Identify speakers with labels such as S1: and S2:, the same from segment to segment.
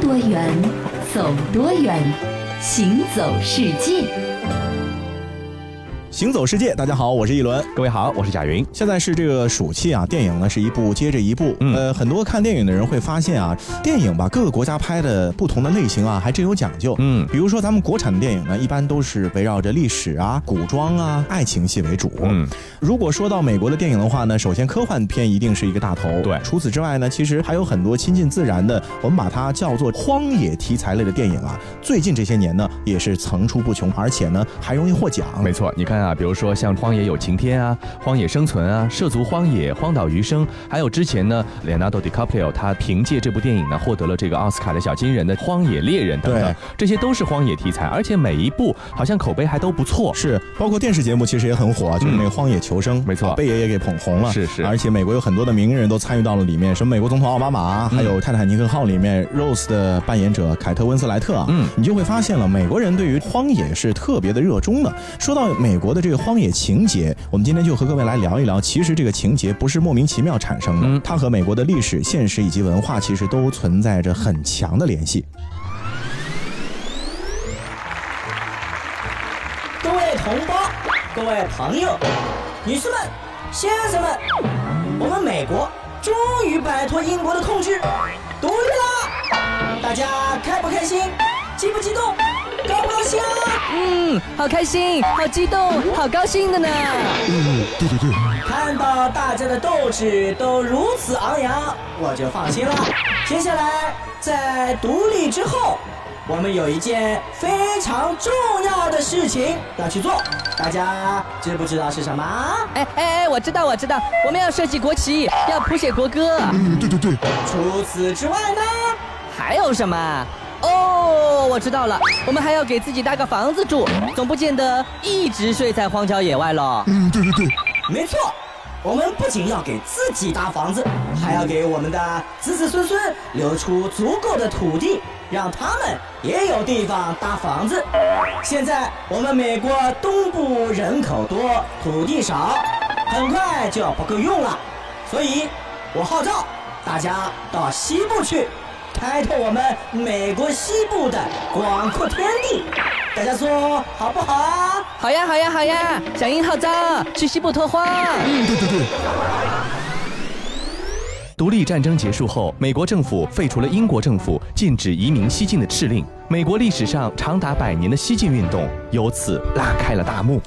S1: 多远，走多远，行走世界。
S2: 行走世界，大家好，我是一轮。
S3: 各位好，我是贾云。
S2: 现在是这个暑期啊，电影呢是一部接着一部。
S3: 嗯
S2: 呃，很多看电影的人会发现啊，电影吧，各个国家拍的不同的类型啊，还真有讲究。
S3: 嗯
S2: 比如说咱们国产的电影呢，一般都是围绕着历史啊、古装啊、爱情戏为主。
S3: 嗯，
S2: 如果说到美国的电影的话呢，首先科幻片一定是一个大头。
S3: 对
S2: 除此之外呢，其实还有很多亲近自然的，我们把它叫做荒野题材类的电影啊。最近这些年呢，也是层出不穷，而且呢还容易获奖。
S3: 没错。你看啊，比如说像《荒野有晴天》啊，《荒野生存》啊，《涉足荒野》《荒岛余生》，还有之前呢，Leonardo DiCaprio 他凭借这部电影呢，获得了这个奥斯卡的小金人的《荒野猎人》等
S2: 对
S3: 等，这些都是荒野题材，而且每一部好像口碑还都不错。嗯
S2: 是，包括电视节目其实也很火啊，就是那个《荒野求生》，
S3: 没错
S2: 啊贝爷也给捧红了。
S3: 是是
S2: 而且美国有很多的名人都参与到了里面，什么美国总统奥巴马，
S3: 嗯
S2: 还有《泰坦尼克号》里面 Rose 的扮演者凯特温斯莱特啊，
S3: 嗯
S2: 你就会发现了，美国人对于荒野是特别的热衷的。说到美国的这个荒野情节，我们今天就和各位来聊一聊，其实这个情节不是莫名其妙产生的，
S3: 嗯
S2: 它和美国的历史、现实以及文化其实都存在着很强的联系。
S4: 各位同胞、各位朋友、女士们、先生们，我们美国终于摆脱英国的控制，独立啦！大家开不开心？激不激动？高不高兴啊？
S5: 嗯，好开心，好激动，好高兴的呢。
S4: 看到大家的斗志都如此昂扬，我就放心了。接下来，在独立之后，我们有一件非常重要的事情要去做，大家知不知道是什么啊？
S5: 哎哎哎，我知道，我知道，我们要设计国旗，要谱写国歌，
S4: 除此之外呢？
S5: 还有什么？哦，我知道了，我们还要给自己搭个房子住，总不见得一直睡在荒郊野外喽。
S4: 没错，我们不仅要给自己搭房子，还要给我们的子子孙孙留出足够的土地，让他们也有地方搭房子。现在我们美国东部人口多，土地少，很快就要不够用了，所以我号召大家到西部去，开拓我们美国西部的广阔天地。大家说好不好啊？
S5: 好呀，好呀，好呀，响应号召，去西部拓荒。
S3: 独立战争结束后，美国政府废除了英国政府禁止移民西进的敕令，美国历史上长达百年的西进运动由此拉开了大幕。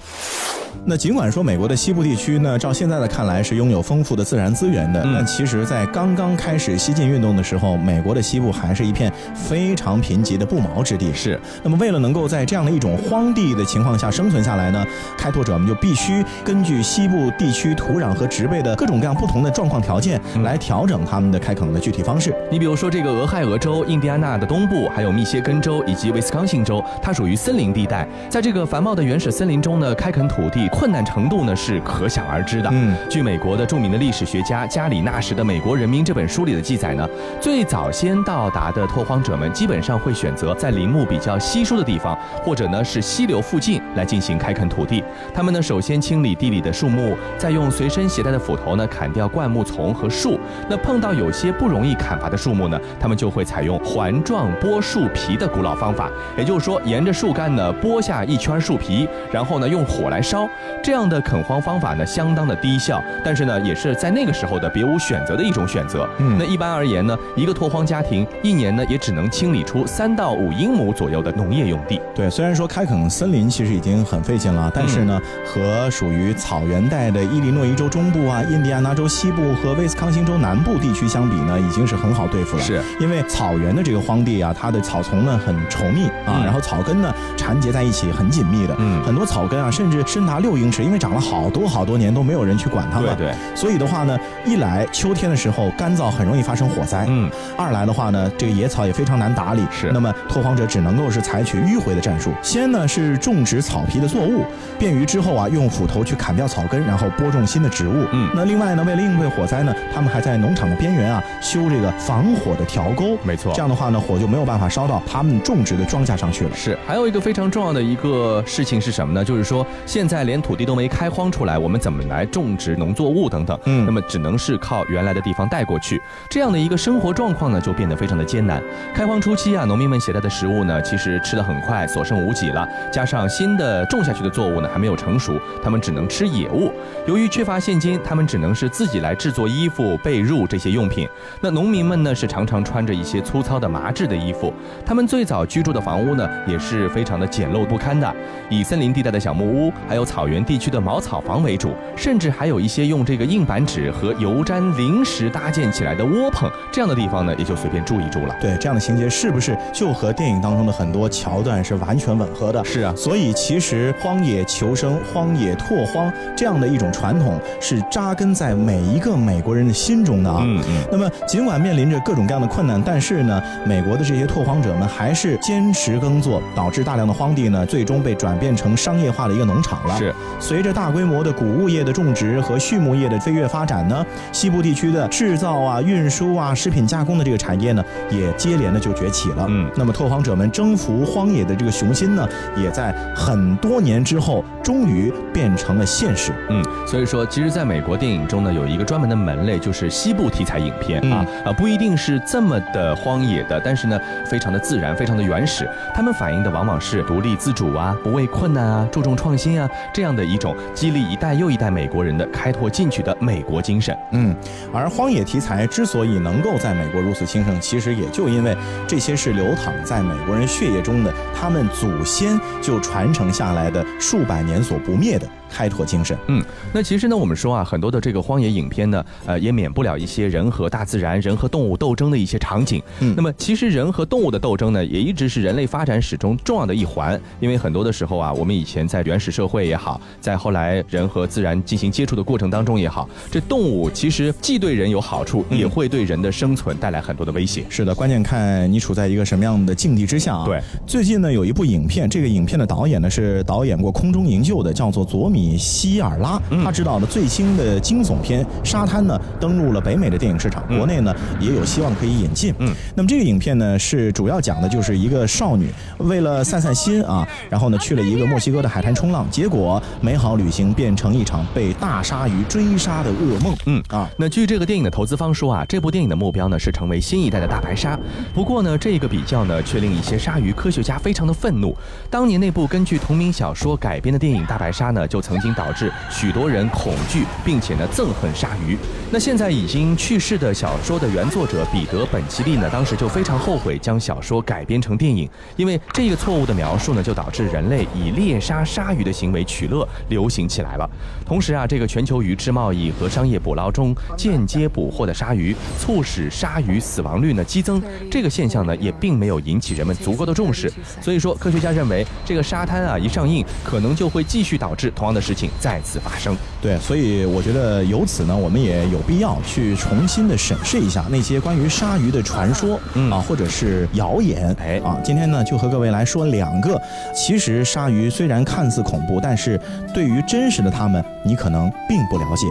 S2: 那尽管说美国的西部地区呢，照现在的看来是拥有丰富的自然资源的，
S3: 嗯
S2: 但其实，在刚刚开始西进运动的时候，美国的西部还是一片非常贫瘠的不毛之地。
S3: 是，
S2: 那么为了能够在这样的一种荒地的情况下生存下来呢，开拓者们就必须根据西部地区土壤和植被的各种各样不同的状况条件，
S3: 嗯
S2: 来调整他们的开垦的具体方式。
S3: 你比如说这个俄亥俄州、印第安纳的东部，还有密歇根州以及威斯康星州，它属于森林地带。在这个繁茂的原始森林中呢，开垦土地困难程度呢是可想而知的。
S2: 嗯
S3: 据美国的著名的历史学家加里纳什的《美国人民》这本书里的记载呢，最早先到达的拓荒者们基本上会选择在林木比较稀疏的地方，或者呢是溪流附近来进行开垦土地。他们呢首先清理地里的树木，再用随身携带的斧头呢砍掉灌木丛和树。那碰到有些不容易砍伐的树木呢，他们就会采用环状剥树皮的古老方法，也就是说沿着树干呢剥下一圈树皮，然后呢用火来烧。这样的垦荒方法呢相当的低效，但是呢也是在那个时候的别无选择的一种选择。
S2: 嗯
S3: 那一般而言呢，一个拓荒家庭一年呢也只能清理出三到五英亩左右的农业用地。
S2: 对，虽然说开垦森林其实已经很费劲了，但是呢，
S3: 嗯
S2: 和属于草原带的伊利诺伊州中部啊、印第安纳州西部和威斯康星州南部地区相比呢，已经是很好对付了。
S3: 是，
S2: 因为草原的这个荒地啊，它的草丛呢很稠密啊，
S3: 嗯
S2: 然后草根呢缠结在一起，很紧密的。
S3: 嗯
S2: 很多草根啊，甚至深达六英尺，因为长了好多好多年都没有人去管它
S3: 对
S2: 们。
S3: 对，
S2: 所以的话呢，一来秋天的时候干燥，很容易发生火灾。
S3: 嗯，
S2: 二来的话呢，这个野草也非常难打理，
S3: 是
S2: 那么拓荒者只能够是采取迂回的战术，先呢是种植草皮的作物，便于之后啊用斧头去砍掉草根，然后播种新的植物。
S3: 嗯
S2: 那另外呢，为了应对火灾呢，他们还在农场的边缘啊修这个防火的条沟，
S3: 没错
S2: 这样的话呢，火就没有办法烧到他们种植的庄稼上去了。
S3: 是，还有一个非常重要的一个事情是什么呢？就是说，现在连土地都没开荒出来，我们怎么来种植农作物等等？
S2: 嗯
S3: 那么只能是靠原来的地方带过去。这样的一个生活状况呢，就变得非常的艰难。开荒初期啊，农民们携带的食物呢，其实吃的很快，所剩无几了。加上新的种下去的作物呢，还没有成熟，他们只能吃野物。由于缺乏现金，他们只能是自己来制作衣服、被褥这些用品。那农民们呢，是常常穿着一些粗糙的麻质的衣服。他们最早居住的房屋呢，也是非常的简陋不堪的，以森林地带的小木屋，还有草原地区的茅草房为主，甚至还有一些用这个硬板纸和油毡临时搭建起来的窝棚。这样的地方呢，也就随便住一住了。
S2: 对，这样的情节是不是就和电影当中的很多桥段是完全吻合的？
S3: 是啊
S2: 所以其实荒野求生、荒野拓荒这样的一种传统是扎根在每一个美国人的心中的啊。
S3: 嗯嗯，
S2: 那么，尽管面临着各种各样的困难，但是呢，美国的这些拓荒者们还是坚持耕作，导致大量的荒地呢，最终被转变成商业化的一个农场了。
S3: 是。
S2: 随着大规模的谷物业的种植和畜牧业的飞跃发展呢，西部地区的制造啊、运输啊、食品加工的这个产业呢，也接连的就崛起了。
S3: 嗯
S2: 那么拓荒者们征服荒野的这个雄心呢，也在很多年之后，终于变成了现实。
S3: 嗯，所以说，其实在美国电影中呢，有一个专门的门类，就是西部题材影片啊，啊，不一定是这么的荒野的，但是呢，非常的自然，非常的原始。他们反映的往往是独立自主啊，不畏困难啊，注重创新啊，这样的一种激励一代又一代美国人的开拓进取的美国精神。
S2: 嗯，而荒野题材之所以能够在美国如此兴盛，其实也就因为这些是流淌在美国人血液中的，他们祖先就传承下来的数百年所不灭的开拓精神。
S3: 嗯，那其实呢，我们说啊，很多的这个荒野影片呢，呃，也免不了一些人和大自然、人和动物斗争的一些场景。
S2: 嗯
S3: 那么其实人和动物的斗争呢，也一直是人类发展史中重要的一环。因为很多的时候啊，我们以前在原始社会也好，在后来人和自然进行接触的过程当中也好，这动物其实既对人有好处，
S2: 嗯
S3: 也会对人的生存带来很多的威胁。
S2: 是的，关键看你处在一个什么样的境地之下啊。
S3: 对，
S2: 最近呢有一部影片，这个影片的导演呢是导演过《空中营救》的，叫做佐米希尔拉，
S3: 嗯
S2: 他执导的最新的惊悚片《沙滩》呢登陆了北美的电影市场，
S3: 嗯
S2: 国内呢也有希望可以引进。嗯，那么这个影片呢是主要讲的就是一个少女为了散散心啊，然后呢去了一个墨西哥的海滩冲浪，结果美好旅行变成一场被大鲨鱼追杀的噩梦。
S3: 嗯
S2: 啊，
S3: 那据这个电影的投资方说啊，这部电影的目标呢是成为新一代的大白鲨。不过呢，这个比较呢却令一些鲨鱼科学家非常的愤怒。当年那部根据同名小说改编的电影《大白鲨》呢，就曾经导致许多人恐惧，并且呢憎恨鲨鱼。那现在已经去世的小说的原作者彼得·本奇利呢，当时就非常后悔将小说改编成电影，因为这个错误的描述呢，就导致人类以猎杀鲨鱼的行为取乐流行起来了。同时啊，这个全球鱼之贸易和商业捕捞中间接捕获的鲨鱼，促使鲨鱼死亡率呢激增。啊这个现象呢，也并没有引起人们足够的重视。所以说，科学家认为这个沙滩啊一上映，可能就会继续导致同样的事情再次发生。
S2: 对，所以我觉得由此呢，我们也有必要去重新的审视一下那些关于鲨鱼的传说、
S3: 嗯
S2: 啊，或者是谣言。
S3: 哎
S2: 啊，今天呢就和各位来说两个。其实鲨鱼虽然看似恐怖，但是对于真实的它们，你可能并不了解。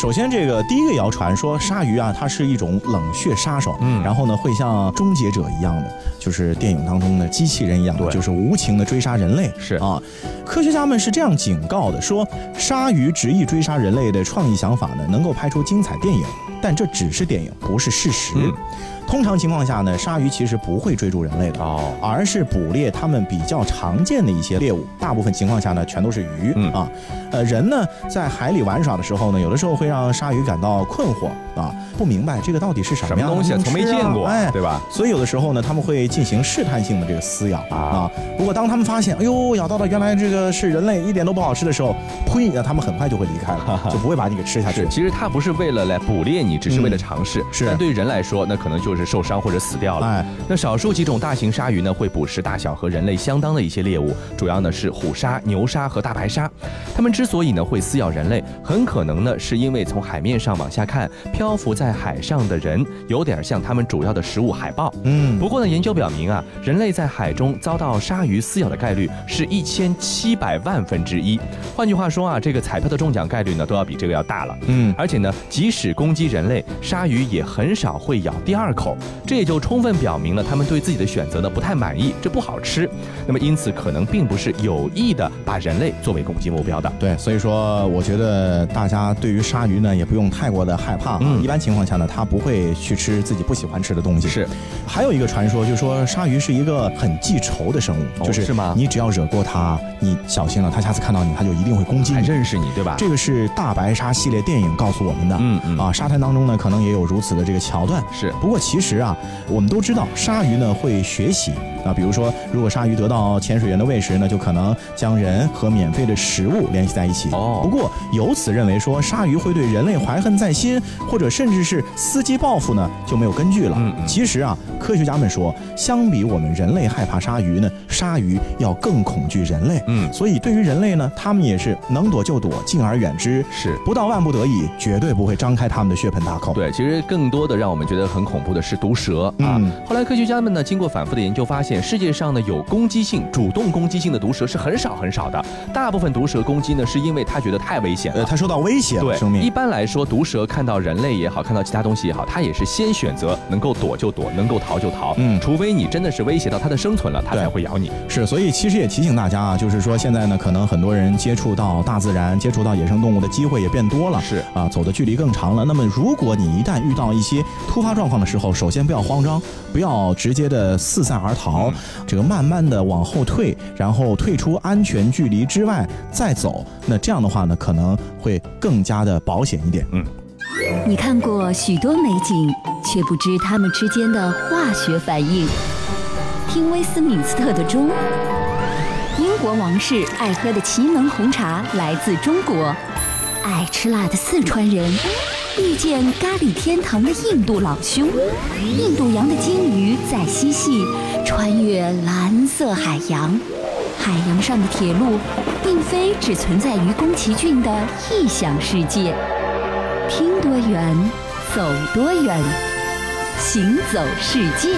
S2: 首先，这个第一个谣传说鲨鱼啊，它是一种冷血杀手，
S3: 嗯
S2: 然后呢会像终结者一样的，就是电影当中的机器人一样的，
S3: 对
S2: 就是无情的追杀人类。
S3: 是
S2: 啊，科学家们是这样警告的：说鲨鱼执意追杀人类的创意想法呢，能够拍出精彩电影，但这只是电影，不是事实。
S3: 嗯
S2: 通常情况下呢，鲨鱼其实不会追逐人类的。啊
S3: 哦
S2: 而是捕猎它们比较常见的一些猎物，大部分情况下呢，全都是鱼、
S3: 嗯
S2: 啊。呃，人呢在海里玩耍的时候呢，有的时候会让鲨鱼感到困惑啊，不明白这个到底是什么
S3: 什么
S2: 样的
S3: 东西啊
S2: 能
S3: 从没
S2: 吃啊
S3: 见过，
S2: 哎，
S3: 对吧？
S2: 所以有的时候呢，他们会进行试探性的这个撕咬啊
S3: 啊。
S2: 如果当他们发现，哎呦，咬到了原来这个是人类，一点都不好吃的时候，呸，那他们很快就会离开 了，就不会把你给吃下去
S3: 是，。其实它不是为了来捕猎你，只是为了尝试。
S2: 是
S3: 但对于人来说，那可能就是受伤或者死掉了。
S2: 哎
S3: 那少数几种大型鲨鱼呢，会捕食大小和人类相当的一些猎物，主要呢是虎鲨、牛鲨和大白鲨。它们之所以呢会撕咬人类，很可能呢是因为从海面上往下看，漂浮在海上的人有点像它们主要的食物海豹。
S2: 嗯，
S3: 不过呢，研究表明啊，人类在海中遭到鲨鱼撕咬的概率是一千七百万分之一。换句话说啊，这个彩票的中奖概率呢，都要比这个要大了。
S2: 嗯
S3: 而且呢，即使攻击人类，鲨鱼也很少会咬第二口，口，这也就充分表明了他们对自己的选择呢不太满意，这不好吃。那么因此可能并不是有意的把人类作为攻击目标的。
S2: 对，所以说我觉得大家对于鲨鱼呢也不用太过的害怕啊。
S3: 嗯
S2: 一般情况下呢，它不会去吃自己不喜欢吃的东西。
S3: 是，
S2: 还有一个传说就是说鲨鱼是一个很记仇的生物，
S3: 哦
S2: 就是
S3: 吗
S2: 你只要惹过它，你小心了，它下次看到你，它就一定会攻击
S3: 还
S2: 你。
S3: 认识你对吧？
S2: 这个是大白鲨系列电影告诉我们的。
S3: 嗯嗯
S2: 啊，沙滩当中呢，可能也有如此的这个桥段。
S3: 是
S2: 不过其实啊，我们都知道鲨鱼呢会学习啊，比如说如果鲨鱼得到潜水员的喂食呢，就可能将人和免费的食物联系在一起。
S3: 哦
S2: 不过由此认为说鲨鱼会对人类怀恨在心，或者甚至是伺机报复呢，就没有根据了。
S3: 嗯嗯
S2: 其实啊，科学家们说，相比我们人类害怕鲨鱼呢，鲨鱼要更恐惧人类。
S3: 嗯
S2: 所以对于人类呢，他们也是能躲就躲，敬而远之。
S3: 是。
S2: 不到万不得已，绝对不会张开他们的血盆大口。
S3: 对，其实更多的让我们觉得很恐怖的是毒蛇啊。
S2: 嗯
S3: 后来科学家们呢，经过反复的研究发现，世界上呢有攻击性、主动攻击性的毒蛇是很少很少的。大部分毒蛇攻击呢，是因为它觉得太危险了。
S2: 呃，它受到威胁了，
S3: 对
S2: 生，
S3: 一
S2: 命。
S3: 般来说，毒蛇看到人类也好，看到其他东西也好，它也是先选择能够躲就躲，能够逃就逃。
S2: 嗯
S3: 除非你真的是威胁到它的生存了，它
S2: 对
S3: 才会咬你。
S2: 是，所以其实也提醒大家啊，就是说现在呢，可能很多人接触到大自然、接触到野生动物的机会也变多了，
S3: 是
S2: 啊，走的距离更长了。那么，如果你一旦遇到一些突发状况的时候，首先不要慌张，不要直接的四散而
S3: 嗯
S2: 逃，这个慢慢的往后退，然后退出安全距离之外再走。那这样的话呢，可能会更加的保险一点。
S3: 嗯
S1: 你看过许多美景，却不知它们之间的化学反应。听威斯敏斯特的钟，英国王室爱喝的奇能红茶来自中国，爱吃辣的四川人遇见咖喱天堂的印度老兄，印度洋的鲸鱼在嬉戏，穿越蓝色海洋。海洋上的铁路，并非只存在于宫崎骏的异想世界。听多远，走多远，行走世界。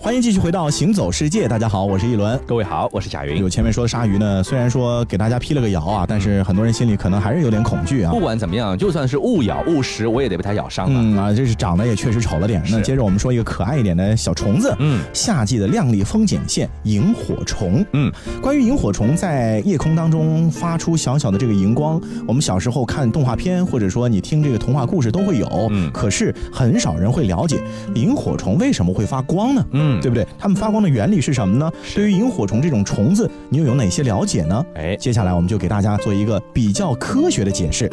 S2: 欢迎继续回到《行走世界》，大家好，我是一轮。
S3: 各位好，我是贾云
S2: 有。前面说的鲨鱼呢，虽然说给大家辟了个谣啊，但是很多人心里可能还是有点恐惧啊
S3: 不。管怎么样，就算是误咬误食，我也得被它咬伤了。
S2: 嗯啊，这是长得也确实丑了点。那
S3: 是
S2: 接着我们说一个可爱一点的小虫子，
S3: 嗯
S2: 夏季的亮丽风景线——萤火虫。
S3: 嗯，
S2: 关于萤火虫在夜空当中发出小小的这个荧光，我们小时候看动画片，或者说你听这个童话故事都会有，
S3: 嗯
S2: 可是很少人会了解萤火虫为什么会发光呢？
S3: 嗯，
S2: 对不对？它们发光的原理是什么呢？对于萤火虫这种虫子，你又有哪些了解呢？
S3: 哎，
S2: 接下来我们就给大家做一个比较科学的解释。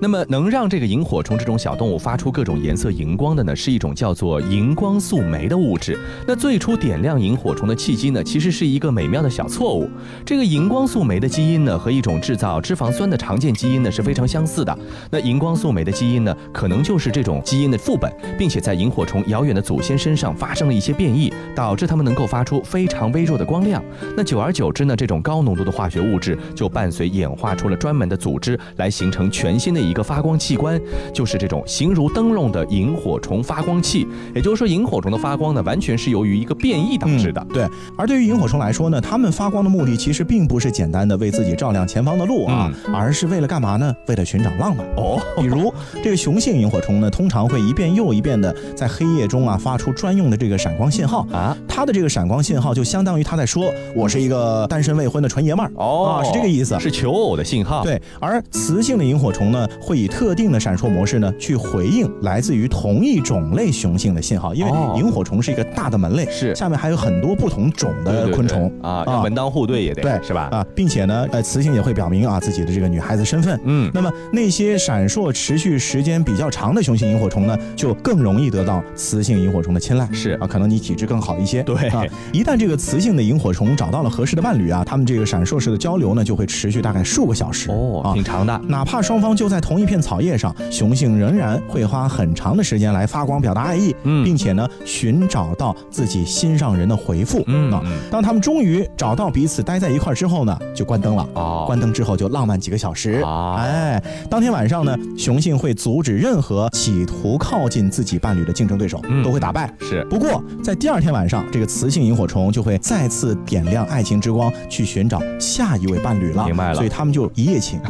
S3: 那么能让这个萤火虫这种小动物发出各种颜色荧光的呢，是一种叫做荧光素酶的物质。那最初点亮萤火虫的契机呢，其实是一个美妙的小错误。这个荧光素酶的基因呢，和一种制造脂肪酸的常见基因呢是非常相似的。那荧光素酶的基因呢，可能就是这种基因的副本，并且在萤火虫遥远的祖先身上发生了一些变异，导致它们能够发出非常微弱的光亮。那久而久之呢，这种高浓度的化学物质就伴随演化出了专门的组织，来形成全新的一个发光器官，就是这种形如灯笼的萤火虫发光器。也就是说，萤火虫的发光呢，完全是由于一个变异导致的。
S2: 嗯对，而对于萤火虫来说呢，它们发光的目的其实并不是简单的为自己照亮前方的路啊，而是为了干嘛呢？为了寻找浪漫。
S3: 哦，
S2: 比如这个雄性萤火虫呢，通常会一遍又一遍的在黑夜中啊发出专用的这个闪光信号
S3: 啊，
S2: 它的这个闪光信号就相当于它在说：“我是一个单身未婚的纯爷们儿。”
S3: 哦
S2: 啊，是这个意思。
S3: 是求偶的信号。，
S2: 对，而雌性的萤火虫呢，会以特定的闪烁模式呢，去回应来自于同一种类雄性的信号，因为
S3: 哦
S2: 萤火虫是一个大的门类，
S3: 是
S2: 下面还有很多不同种
S3: 对
S2: 的
S3: 对
S2: 昆虫
S3: 对啊，要门当户对也得，
S2: 对
S3: 是吧？
S2: 啊，并且呢，呃，雌性也会表明啊自己的这个女孩子身份。
S3: 嗯，
S2: 那么那些闪烁持续时间比较长的雄性萤火虫呢，就更容易得到雌性萤火虫的青睐。
S3: 是
S2: 啊，可能你体质更好一些。
S3: 对
S2: 啊，一旦这个雌性的萤火虫找到了合适的伴侣啊，它们这个闪烁式的交流呢，就会持续大概数个小时。
S3: 哦，
S2: 啊
S3: 挺长的。
S2: 哪怕双方就在同一片草叶上，雄性仍然会花很长的时间来发光表达爱意，
S3: 嗯
S2: 并且呢寻找到自己心上人的回复。
S3: 嗯
S2: 啊
S3: 嗯，
S2: 当他们终于找到彼此待在一块儿之后呢，就关灯了。
S3: 哦，
S2: 关灯之后就浪漫几个小时，
S3: 啊
S2: 哎，当天晚上呢，雄性会阻止任何企图靠近自己伴侣的竞争对手，
S3: 嗯
S2: 都会打败。
S3: 是
S2: 不过在第二二天晚上，这个雌性萤火虫就会再次点亮爱情之光，去寻找下一位伴侣了。
S3: 明白了
S2: 所以他们就一夜情。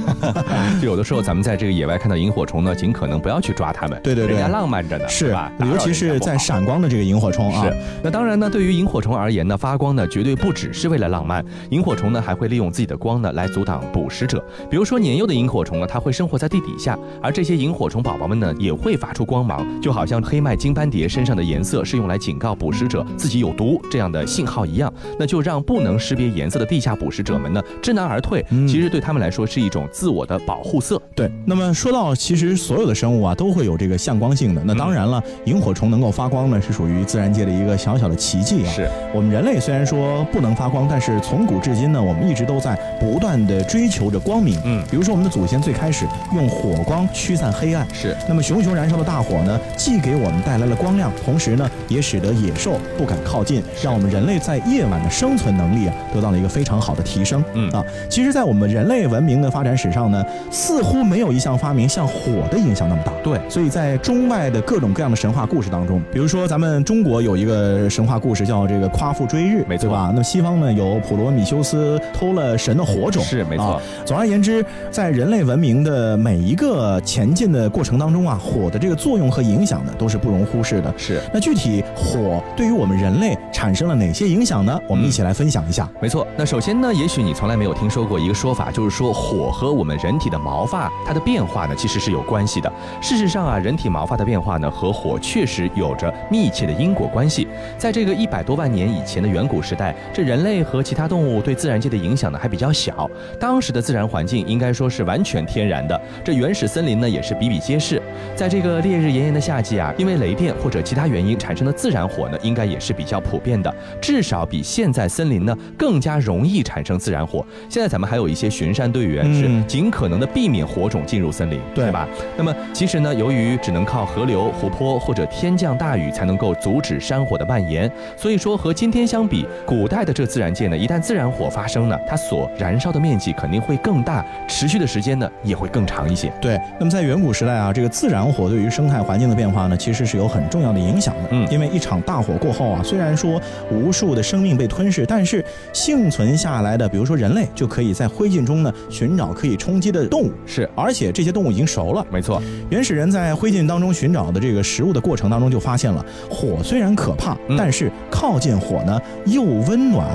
S3: 就有的时候咱们在这个野外看到萤火虫呢，尽可能不要去抓它们，
S2: 对对对
S3: 人家浪漫着呢，
S2: 是
S3: 吧？打扰
S2: 尤其
S3: 人家
S2: 是
S3: 不好
S2: 在闪光的这个萤火虫啊，
S3: 是，那当然呢，对于萤火虫而言呢，发光呢绝对不只是为了浪漫，萤火虫呢还会利用自己的光呢来阻挡捕食者。比如说年幼的萤火虫呢，它会生活在地底下，而这些萤火虫宝宝们呢也会发出光芒，就好像黑麦金斑蝶身上的颜色是用来警告捕食者自己有毒这样的信号一样，那就让不能识别颜色的地下捕食者们呢知难而退。
S2: 嗯
S3: 其实对他们来说是一种自我的保护色。
S2: 对，那么说到其实所有的生物啊都会有这个向光性
S3: 嗯
S2: 的，那当然了，萤火虫能够发光呢是属于自然界的一个小小的奇迹啊。
S3: 是
S2: 我们人类虽然说不能发光，但是从古至今呢，我们一直都在不断的追求着光明。
S3: 嗯
S2: 比如说我们的祖先最开始用火光驱散黑暗。
S3: 是。
S2: 那么熊熊燃烧的大火呢，既给我们带来了光亮，同时呢，也使得野兽不敢靠近，让我们人类在夜晚的生存能力啊，得到了一个非常好的提升。
S3: 嗯
S2: 啊，其实，在我们人类文明的发展史上呢，似乎没有一项发明像火的影响那么大。
S3: 对
S2: 所以在中外的各种各样的神话故事当中，比如说咱们中国有一个神话故事叫这个夸父追日，
S3: 没错
S2: 对吧？那么西方呢有普罗米修斯偷了神的火种，
S3: 是没错
S2: 啊总而言之，在人类文明的每一个前进的过程当中啊，火的这个作用和影响呢，都是不容忽视的。
S3: 是，
S2: 那具体火对于我们人类产生了哪些影响呢？我们一起来分享一下。
S3: 没错，那首先呢，也许你从来没有听说过一个说法，就是说火和我们人体的毛发它的变化呢，其实是有关系的。事实上啊，人体毛发的变化呢，和火确实有着密切的因果关系。在这个一百多万年以前的远古时代，这人类和其他动物对自然界的影响呢还比较小，当时的自然环境应该说是完全天然的，这原始森林呢也是比比皆是。在这个烈日炎炎的夏季啊，因为雷电或者其他原因产生的自然火呢，应该也是比较普遍的，至少比现在森林呢更加容易产生自然火。现在咱们还有一些巡山队员是
S2: 嗯
S3: 尽可能的避免火种进入森林，
S2: 对
S3: 对吧？那么其实呢，由于只能靠河流、湖泊或者天降大雨才能够阻止山火的蔓延，所以说和今天相比，古代的这自然界呢，一旦自然火发生呢，它所燃烧的面积肯定会更大，持续的时间呢也会更长一些。
S2: 对，那么在远古时代啊，这个自然火对于生态环境的变化呢，其实是有很重要的影响的。
S3: 嗯
S2: 因为一场大火过后啊，虽然说无数的生命被吞噬，但是幸存下来的，比如说人类，就可以在灰烬中呢寻找可以充饥的动物，
S3: 是，
S2: 而且这些动物已经熟了。
S3: 没错，
S2: 原始人在灰烬当中寻找的这个食物的过程当中，就发现了火虽然可怕，
S3: 嗯
S2: 但是靠近火呢又温暖，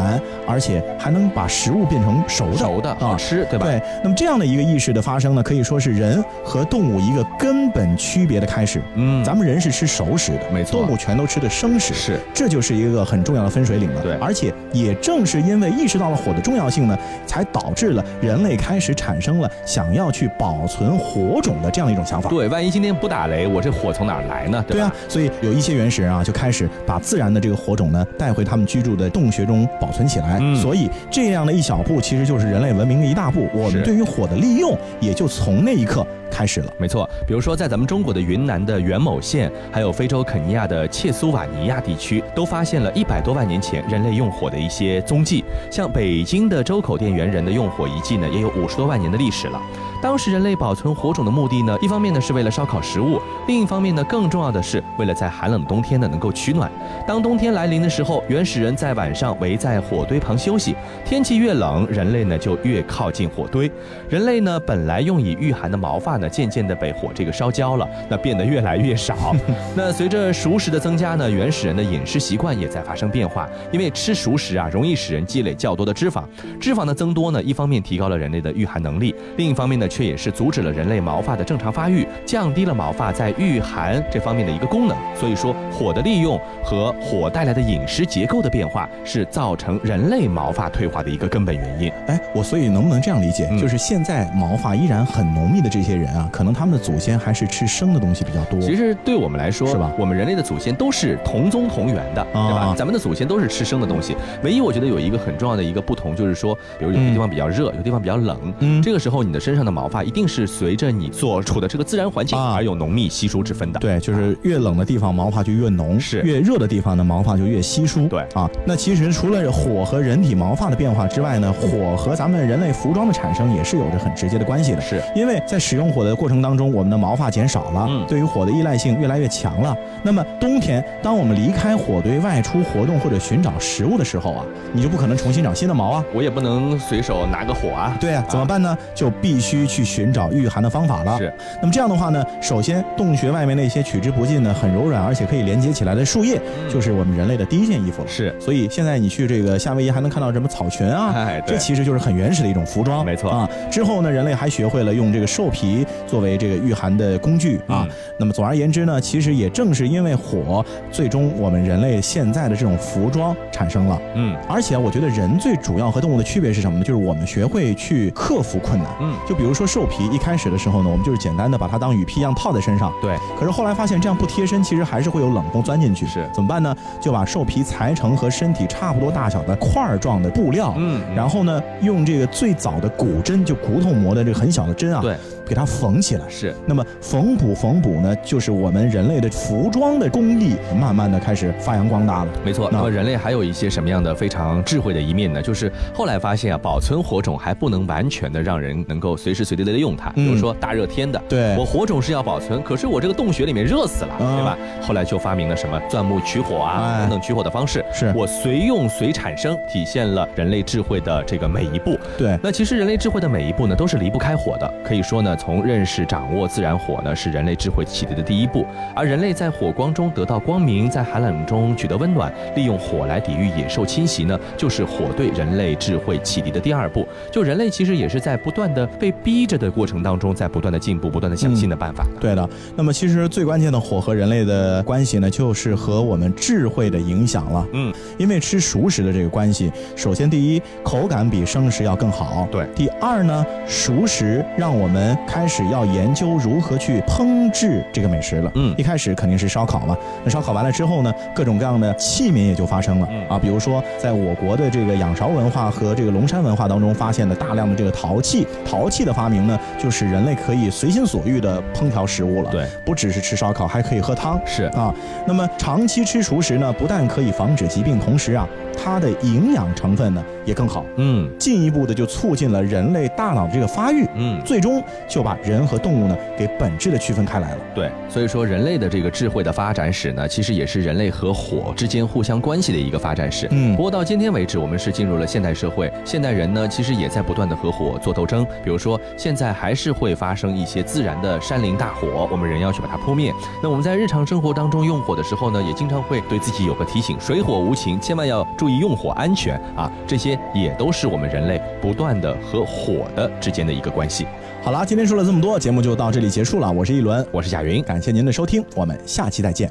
S2: 而且还能把食物变成熟的。啊
S3: 熟的好吃，嗯对吧？
S2: 对，那么这样的一个意识的发生呢，可以说是人和动物一个根本区别的开始。
S3: 嗯，
S2: 咱们人是吃熟食的，
S3: 没错
S2: 动物全都吃的生食，
S3: 是
S2: 这就是一个很重要的分水岭了。
S3: 对
S2: 而且也正是因为意识到了火的重要性呢，才导致了人类开始产生了想要去保存火种的这样一种想法。
S3: 对，万一今天不打雷，我这火从哪儿来呢？
S2: 对
S3: 吧
S2: 啊？，所以有一些原始人啊，就开始把自然的这个火种呢带回他们居住的洞穴中保存起来。
S3: 嗯
S2: 所以这样的一小步，其实就是人类文明的一大步。我
S3: 是
S2: 们对于火的利用，也就从那一刻开始了。
S3: 没错，比如说在咱们中国的云南的元谋县，还有非洲肯尼亚的切苏瓦尼亚地区，都发现了一百多万年前人类用火的一些踪迹。像北京的周口店猿人的用火遗迹呢，也有五十多万年的历史了。当时人类保存火种的目的呢，一方面呢是为了烧烤食物，另一方面呢更重要的是为了在寒冷的冬天呢能够取暖。当冬天来临的时候，原始人在晚上围在火堆旁休息，天气越冷，人类呢就越靠近火堆。人类呢，本来用以御寒的毛发呢，渐渐的被火这个烧焦了，那变得越来越少。那随着熟食的增加呢，原始人的饮食习惯也在发生变化，因为吃熟食啊，容易使人积累较多的脂肪。脂肪的增多呢，一方面提高了人类的御寒能力，另一方面呢，却也是阻止了人类毛发的正常发育，降低了毛发在御寒这方面的一个功能。所以说，火的利用和火带来的饮食结构的变化，是造成人类毛发退化的一个根本原因。
S2: 哎，我所以能不能这样理解，
S3: 嗯
S2: 就是现在毛发依然很浓密的这些人啊，可能他们的祖先还是吃生的东西比较多。
S3: 其实对我们来说，
S2: 是吧啊
S3: 我们人类的祖先都是同宗同源的，对吧？咱们的祖先都是吃生的东西。唯一我觉得有一个很重要的一个不同，就是说，比如有
S2: 嗯
S3: 的地方比较热，有的地方比较冷。
S2: 嗯
S3: 这个时候，你的身上的毛毛发一定是随着你所处的这个自然环境
S2: 啊
S3: 而有浓密稀疏之分的。
S2: 对，就是越冷的地方毛发就越浓，
S3: 是
S2: 越热的地方呢毛发就越稀疏。
S3: 对
S2: 啊，那其实除了火和人体毛发的变化之外呢，火和咱们人类服装的产生也是有着很直接的关系的。
S3: 是
S2: 因为在使用火的过程当中，我们的毛发减少了，
S3: 嗯
S2: 对于火的依赖性越来越强了。那么冬天，当我们离开火堆外出活动或者寻找食物的时候啊，你就不可能重新长新的毛啊。
S3: 我也不能随手拿个火啊。
S2: 对啊，怎么办呢？就必须去寻找御寒的方法了。
S3: 是，
S2: 那么这样的话呢，首先洞穴外面那些取之不尽的、很柔软而且可以连接起来的树叶，就是我们人类的第一件衣服了。
S3: 嗯是
S2: 所以现在你去这个夏威夷还能看到什么草裙啊，
S3: 哎对
S2: 这其实就是很原始的一种服装，
S3: 没错
S2: 啊。之后呢，人类还学会了用这个兽皮作为这个御寒的工具啊。
S3: 嗯
S2: 那么总而言之呢，其实也正是因为火，最终我们人类现在的这种服装产生了。
S3: 嗯
S2: 而且我觉得人最主要和动物的区别是什么呢？就是我们学会去克服困难。
S3: 嗯，
S2: 就比如说兽皮，一开始的时候呢，我们就是简单的把它当雨披一样套在身上。
S3: 对，
S2: 可是后来发现这样不贴身，其实还是会有冷风钻进去。
S3: 是
S2: 怎么办呢？就把兽皮裁成和身体差不多大小的块儿状的布料。
S3: 嗯嗯
S2: 然后呢，用这个最早的骨针，就骨头磨的这个很小的针啊，
S3: 嗯对，
S2: 给它缝起来。
S3: 是
S2: 那么缝补缝补呢，就是我们人类的服装的工艺慢慢的开始发扬光大了。
S3: 没错。
S2: 那
S3: 那么人类还有一些什么样的非常智慧的一面呢？就是后来发现啊，保存火种还不能完全的让人能够随时随地的用它。比如
S2: 嗯
S3: 说大热天的，
S2: 对
S3: 我火种是要保存，可是我这个洞穴里面热死了，
S2: 嗯
S3: 对吧？后来就发明了什么钻木取火啊
S2: 哎
S3: 等等取火的方式，
S2: 是
S3: 我随用随产生，体现了人类智慧的这个每一步。
S2: 对，
S3: 那其实人类智慧的每一步呢，都是离不开火的。可以说呢，从认识、掌握自然火呢，是人类智慧启迪的第一步。而人类在火光中得到光明，在寒冷中取得温暖，利用火来抵御野兽侵袭呢，就是火对人类智慧启迪的第二步。就人类其实也是在不断的被逼着的过程当中，在不断的进步，不断的想新的办法。
S2: 对的，那么其实最关键的火和人类的关系呢，就是和我们智慧的影响了。
S3: 嗯，
S2: 因为吃熟食的这个关系，首先第一，口感比生食要更好。
S3: 对
S2: 第二呢，熟食让我们开始要研究如何去烹制这个美食了。
S3: 嗯
S2: 一开始肯定是烧烤嘛，那烧烤完了之后呢，各种各样的器皿也就发生了、
S3: 嗯
S2: 啊，比如说在我国的这个仰韶文化和这个龙山文化当中，发现了大量的这个陶器。陶器的发明呢，就是人类可以随心所欲的烹调食物了。
S3: 对，
S2: 不只是吃烧烤，还可以喝汤。
S3: 是
S2: 啊，那么长期吃熟食呢，不但可以防止疾病，同时啊，它的营养成分呢也更好，
S3: 嗯
S2: 进一步的就促进了人类大脑的这个发育。
S3: 嗯，
S2: 最终就把人和动物呢给本质的区分开来了。
S3: 对，所以说人类的这个智慧的发展史呢，其实也是人类和火之间互相关系的一个发展史。
S2: 嗯
S3: 不过到今天为止，我们是进入了现代社会，现代人呢，其实也在不断的和火做斗争。比如说，现在还是会发生一些自然的山林大火，我们人要去把它扑灭。那我们在日常生活当中用火的时候呢，也经常会对自己有个提醒：水火无情，千万要注意用火安全啊！这些也都是我们人类不断的和火的之间的一个关系。
S2: 好啦，今天说了这么多，节目就到这里结束了。我是一轮，
S3: 我是贾云，
S2: 感谢您的收听，我们下期再见。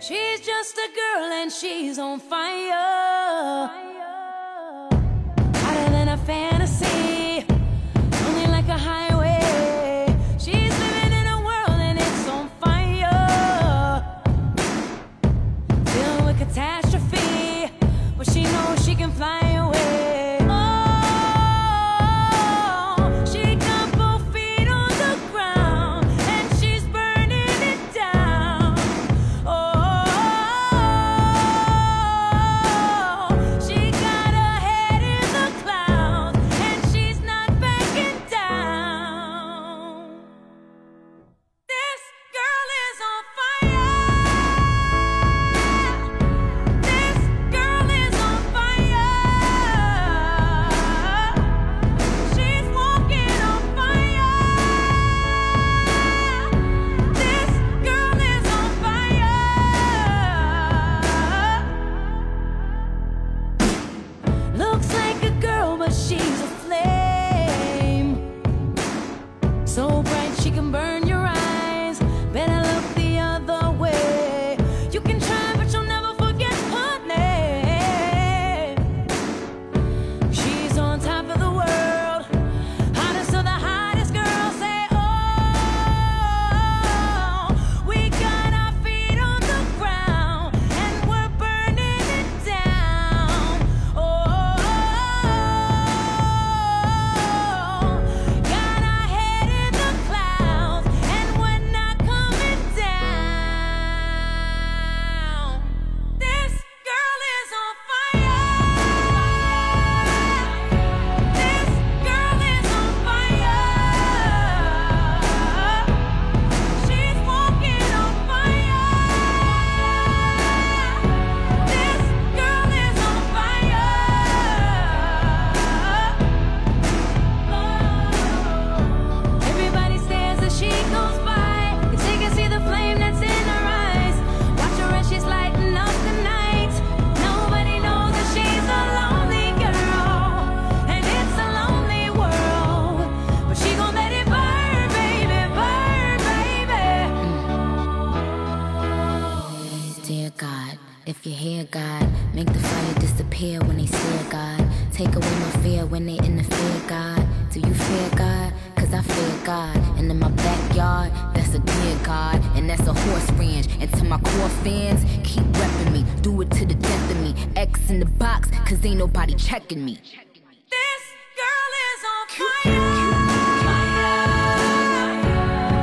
S6: She's just a girl and she's on fire. Hotter than a fantasy, only like a highway. She's living in a world and it's on fire. Dealing with catastrophe, but she knows she can fly away. Oh, she got both feet on the ground and she's burning it down. Oh, she got her head in the clouds "Oh, Oh, Oh.
S7: If you hear God, make the fire disappear when they stare, God. Take away my fear when they interfere, God. Do you fear God? Cause I fear God. And in my backyard, that's a dear God. And that's a horse ranch. And to my core fans, keep repping me. Do it to the death of me. X in the box, cause ain't nobody checking me.
S6: This girl is on fire.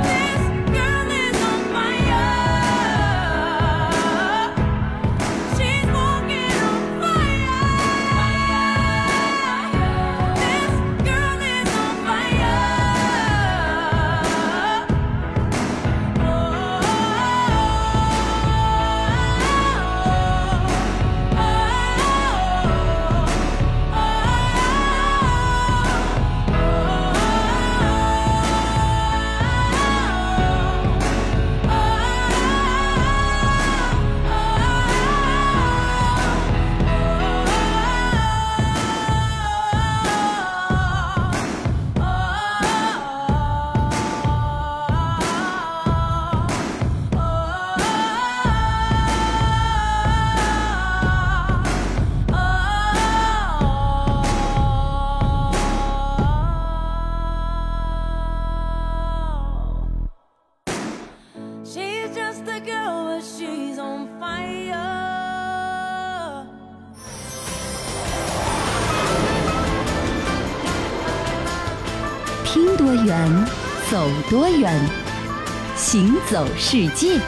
S6: This girl is on fire. She's walking on fire. This girl is on Oh, oh, fire. Oh. She's just a girl, but she's on fire.
S1: 拼多远，走多远，行走世界。